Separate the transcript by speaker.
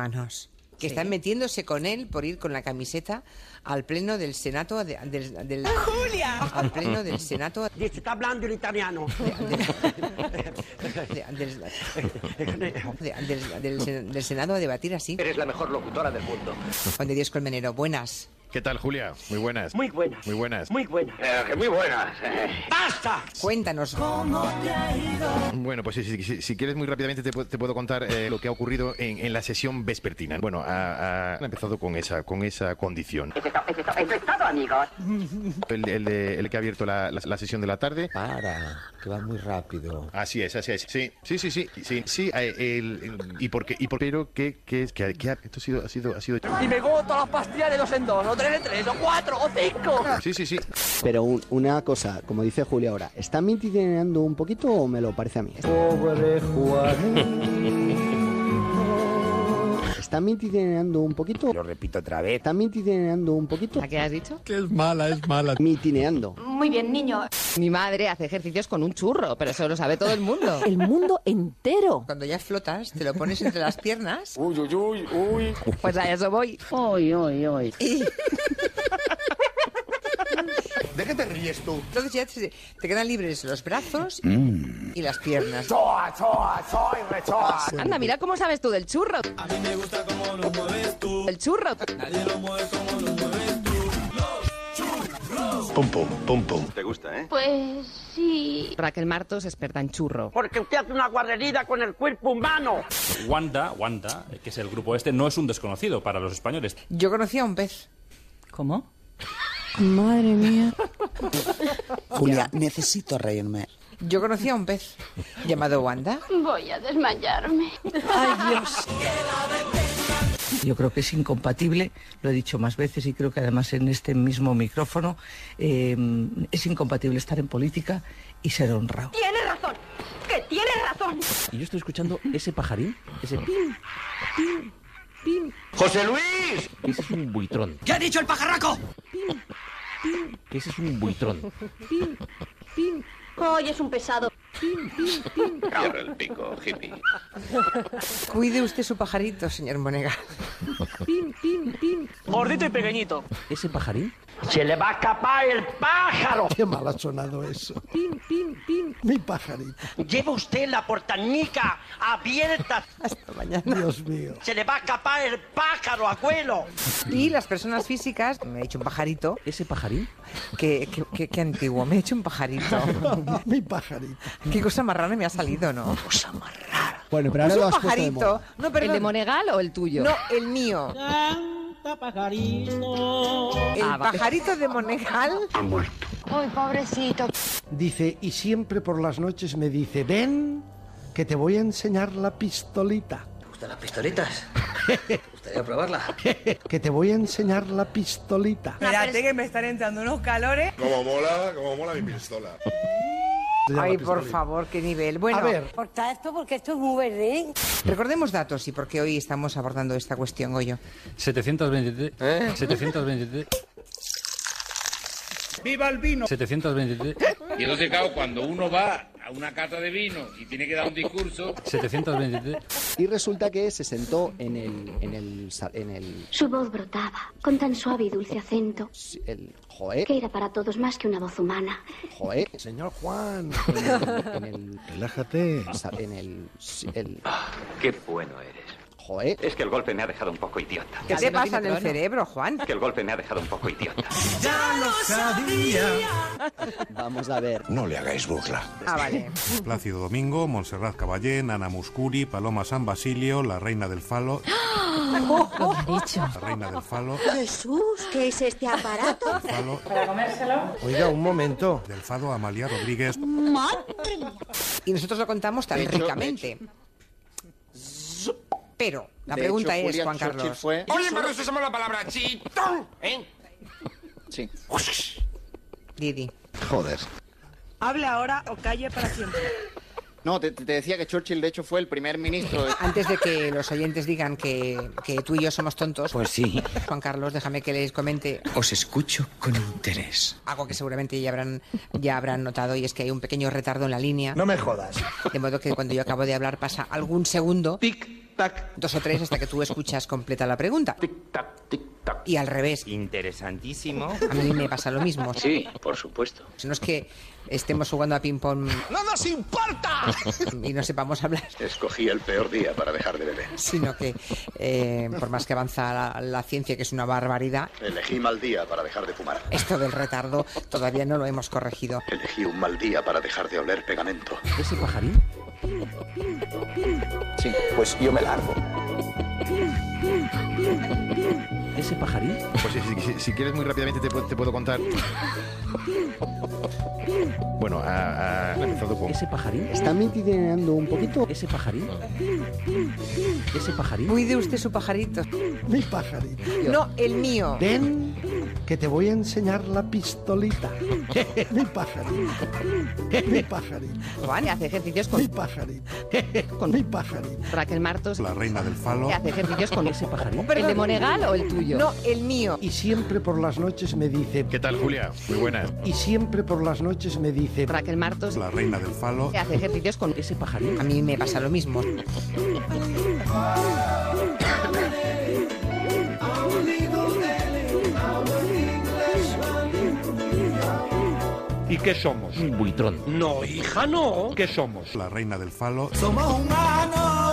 Speaker 1: humanos
Speaker 2: Sí.
Speaker 1: que están metiéndose con él por ir con la camiseta al pleno del Senato de- del, del- al pleno del Senato
Speaker 3: Dice, está hablando en italiano.
Speaker 1: de- del, de- del- del Sen- del Senado a debatir así
Speaker 4: Eres la mejor locutora del mundo.
Speaker 1: Juan de Dios Colmenero buenas
Speaker 5: ¿Qué tal, Julia? Muy buenas.
Speaker 3: Muy buenas.
Speaker 5: Muy buenas.
Speaker 3: Muy buenas.
Speaker 4: Eh, que muy buena.
Speaker 3: ¡Basta!
Speaker 1: cuéntanos
Speaker 5: Bueno, pues si, si- si- si quieres muy rápidamente te, pu- te puedo contar eh, lo que ha ocurrido en, en la sesión vespertina. Bueno, ha, ha- ha empezado con esa, con esa condición.
Speaker 4: Eso es todo, eso es todo, eso es todo, amigos.
Speaker 5: El, el de- el que ha abierto la, la- la sesión de la tarde.
Speaker 6: Para, que va muy rápido.
Speaker 5: Así es, así es. Sí, sí, sí, sí, sí, sí, eh, el- el- y porque, y porque pero que, que, es- que, que ha- esto ha sido, ha sido, ha sido.
Speaker 7: Y me como todas las pastillas de dos en dos, o tres en tres, o cuatro, o cinco.
Speaker 5: Sí, sí, sí.
Speaker 6: Pero un- una cosa, como dice Julia ahora, ¿está mentironeando un poquito o me lo parece a mí? ¿Está mentironeando un poquito? Lo repito otra vez. ¿Está mentironeando un poquito?
Speaker 2: ¿A qué has dicho?
Speaker 6: Mitineando.
Speaker 8: Muy bien, niño.
Speaker 2: Mi madre hace ejercicios con un churro, pero eso lo sabe todo el mundo.
Speaker 9: El mundo entero.
Speaker 1: cuando ya flotas te lo pones entre las piernas
Speaker 2: Pues a eso voy.
Speaker 1: y
Speaker 5: ¿De qué te ríes tú?
Speaker 1: entonces ya te, te quedan libres los brazos
Speaker 6: Mm.
Speaker 1: y las piernas
Speaker 2: Anda, mira cómo sabes tú del churro. A mí me gusta cómo lo mueves tú. El churro.
Speaker 5: Pum, pum, pum, pum.
Speaker 4: ¿Te gusta, eh?
Speaker 8: Pues sí.
Speaker 2: Raquel Martos es experta en churro.
Speaker 3: Porque usted hace una guarrerida con el cuerpo humano.
Speaker 10: Wanda, Wanda, eh, que es el grupo este, no es un desconocido para los españoles.
Speaker 1: yo conocía a un pez
Speaker 2: ¿Cómo?
Speaker 9: Madre mía.
Speaker 7: Julia, necesito reírme.
Speaker 1: yo conocía a un pez llamado Wanda
Speaker 8: Voy a desmayarme.
Speaker 7: Yo creo que es incompatible, lo he dicho más veces y creo que además en este mismo micrófono, eh, es incompatible estar en política y ser honrado.
Speaker 8: Tiene razón. Que tiene razón.
Speaker 7: Y yo estoy escuchando ese pajarín, ese
Speaker 4: ¡José Luis!
Speaker 7: Ese es un buitrón.
Speaker 3: ¿Qué ha dicho el pajarraco?
Speaker 7: Que ese es un buitrón.
Speaker 8: Hoy es un pesado.
Speaker 4: Cierra el pico, hippie.
Speaker 1: cuide usted su pajarito señor Monega
Speaker 7: Gordito y pequeñito. Ese pajarín.
Speaker 3: Se le va a escapar el pájaro.
Speaker 6: Qué mal ha sonado eso. Pim, pim, pim. Mi pajarito.
Speaker 3: Lleva usted la portanica abierta.
Speaker 6: Dios mío.
Speaker 3: Se le va a escapar el pájaro, abuelo.
Speaker 1: Y las personas físicas, me ha hecho un pajarito,
Speaker 7: Ese pajarín.
Speaker 1: que, que, que- que antiguo, me ha hecho un pajarito.
Speaker 6: Mi pajarito.
Speaker 1: Qué cosa más rara me ha salido, ¿no?
Speaker 6: Bueno, pero
Speaker 1: No
Speaker 6: ahora
Speaker 1: es
Speaker 6: lo
Speaker 1: un
Speaker 6: has puesto de
Speaker 1: pajarito.
Speaker 6: moda.
Speaker 1: No,
Speaker 2: ¿El de
Speaker 1: perdón.
Speaker 2: Monegal o el tuyo?
Speaker 1: No, el mío. El
Speaker 2: Ah, va.
Speaker 1: pajarito de Monegal.
Speaker 8: Ay, pobrecito.
Speaker 6: Dice, y siempre por las noches me dice, ven, que te voy a enseñar la pistolita.
Speaker 4: ¿Te gustan las pistolitas? ¿Te gustaría probarla?
Speaker 6: Que te voy a enseñar la pistolita.
Speaker 7: Espérate que me están entrando unos calores.
Speaker 5: Como mola, como mola mi pistola.
Speaker 1: Ay, por favor, qué nivel. Bueno,
Speaker 6: A ver,
Speaker 9: Corta esto porque esto es eh? muy verde.
Speaker 1: recordemos datos y por qué hoy estamos abordando esta cuestión, Goyo.
Speaker 10: 723. 723.
Speaker 3: ¡Viva el vino!
Speaker 10: 723.
Speaker 4: Y entonces, claro, cuando uno va a una cata de vino y tiene que dar un discurso,
Speaker 10: 723.
Speaker 6: y resulta que se sentó en el, en el, sa- en el,
Speaker 8: Su voz brotaba con tan suave y dulce acento
Speaker 6: el- joe,
Speaker 8: que era para todos más que una voz humana.
Speaker 6: joe. Señor Juan. En el,
Speaker 5: Relájate.
Speaker 6: el sa- en el, el,
Speaker 4: qué bueno eres.
Speaker 6: joe.
Speaker 4: Es que el golpe me ha dejado un poco idiota.
Speaker 1: ¿Qué
Speaker 2: Casi
Speaker 1: te
Speaker 2: no
Speaker 1: pasa en
Speaker 2: tiene
Speaker 1: el
Speaker 2: trono.
Speaker 1: cerebro, Juan?
Speaker 4: Que el golpe me ha dejado un poco idiota.
Speaker 6: Vamos a ver.
Speaker 5: No le hagáis burla.
Speaker 1: Ah, vale.
Speaker 5: Plácido Domingo, Montserrat Caballé, Nana Muscuri, Paloma San Basilio, la reina del falo. La reina del falo,
Speaker 9: Jesús, ¿qué es este aparato?
Speaker 5: falo,
Speaker 6: Oiga, un momento.
Speaker 5: del falo Amalia Rodríguez.
Speaker 1: Y nosotros lo contamos tan ricamente. Pero la pregunta es, Juan Carlos,
Speaker 4: Oye, pero eso usamos la palabra chitón, ¿eh?
Speaker 1: Didi,
Speaker 11: Joder.
Speaker 7: Habla ahora o calle para siempre.
Speaker 11: No, te, te decía que Churchill, de hecho, fue el primer ministro. de-
Speaker 1: antes de que los oyentes digan que, que tú y yo somos tontos,
Speaker 7: Pues sí,
Speaker 1: Juan Carlos, déjame que les comente
Speaker 7: os escucho con interés.
Speaker 1: algo que seguramente ya habrán, ya habrán notado y es que hay un pequeño retardo en la línea.
Speaker 6: me jodas.
Speaker 1: De modo que cuando yo acabo de hablar pasa algún segundo. Tic, tac. Dos o tres hasta que tú escuchas completa la pregunta. Tic tac, tic tac. Y al revés.
Speaker 4: Interesantísimo.
Speaker 1: A mí me pasa lo mismo.
Speaker 4: Sí, por supuesto.
Speaker 1: Si no es que estemos jugando a ping pong
Speaker 4: ¡No nos importa!
Speaker 1: y no sepamos hablar,
Speaker 4: Escogí el peor día para dejar de beber.
Speaker 1: sino que eh, por más que avanza la, la ciencia, que es una barbaridad,
Speaker 4: Elegí mal día para dejar de fumar.
Speaker 1: esto del retardo todavía no lo hemos corregido.
Speaker 4: Elegí un mal día para dejar de oler pegamento.
Speaker 1: ¿Ese pajarín?
Speaker 4: Sí, pues yo me largo.
Speaker 5: ¿Ese pajarín? Pues sí, sí, sí, si quieres muy rápidamente te, pu- te puedo contar. Bueno, ha, ha empezado con...
Speaker 7: ¿Ese pajarín? Está mentideando un poquito. ¿Ese pajarín?
Speaker 1: ¿Ese pajarito? Cuide usted su pajarito.
Speaker 6: Mi pajarito.
Speaker 1: No, el mío.
Speaker 6: Ven, que te voy a enseñar la pistolita. Mi pajarito. Mi pajarito.
Speaker 10: Juan hace ejercicios con...
Speaker 6: Mi pajarito. Con mi pajarito.
Speaker 10: Raquel Martos.
Speaker 6: La reina del falo.
Speaker 10: que hace ejercicios con ese pajarito. ¿El
Speaker 6: Perdón.
Speaker 10: de Monegal o el tuyo?
Speaker 6: No,
Speaker 1: el mío.
Speaker 6: Y siempre por las noches me dice...
Speaker 5: ¿Qué tal, Julia? Muy buena.
Speaker 6: Y siempre por las noches me dice...
Speaker 10: Raquel Martos.
Speaker 6: La reina del falo.
Speaker 10: que hace ejercicios con ese pajarito.
Speaker 1: A mí me pasa lo mismo.
Speaker 3: ¿Y qué somos? Un buitrón. No, hija, no. ¿Qué somos? La reina del falo.
Speaker 12: Somos humanos.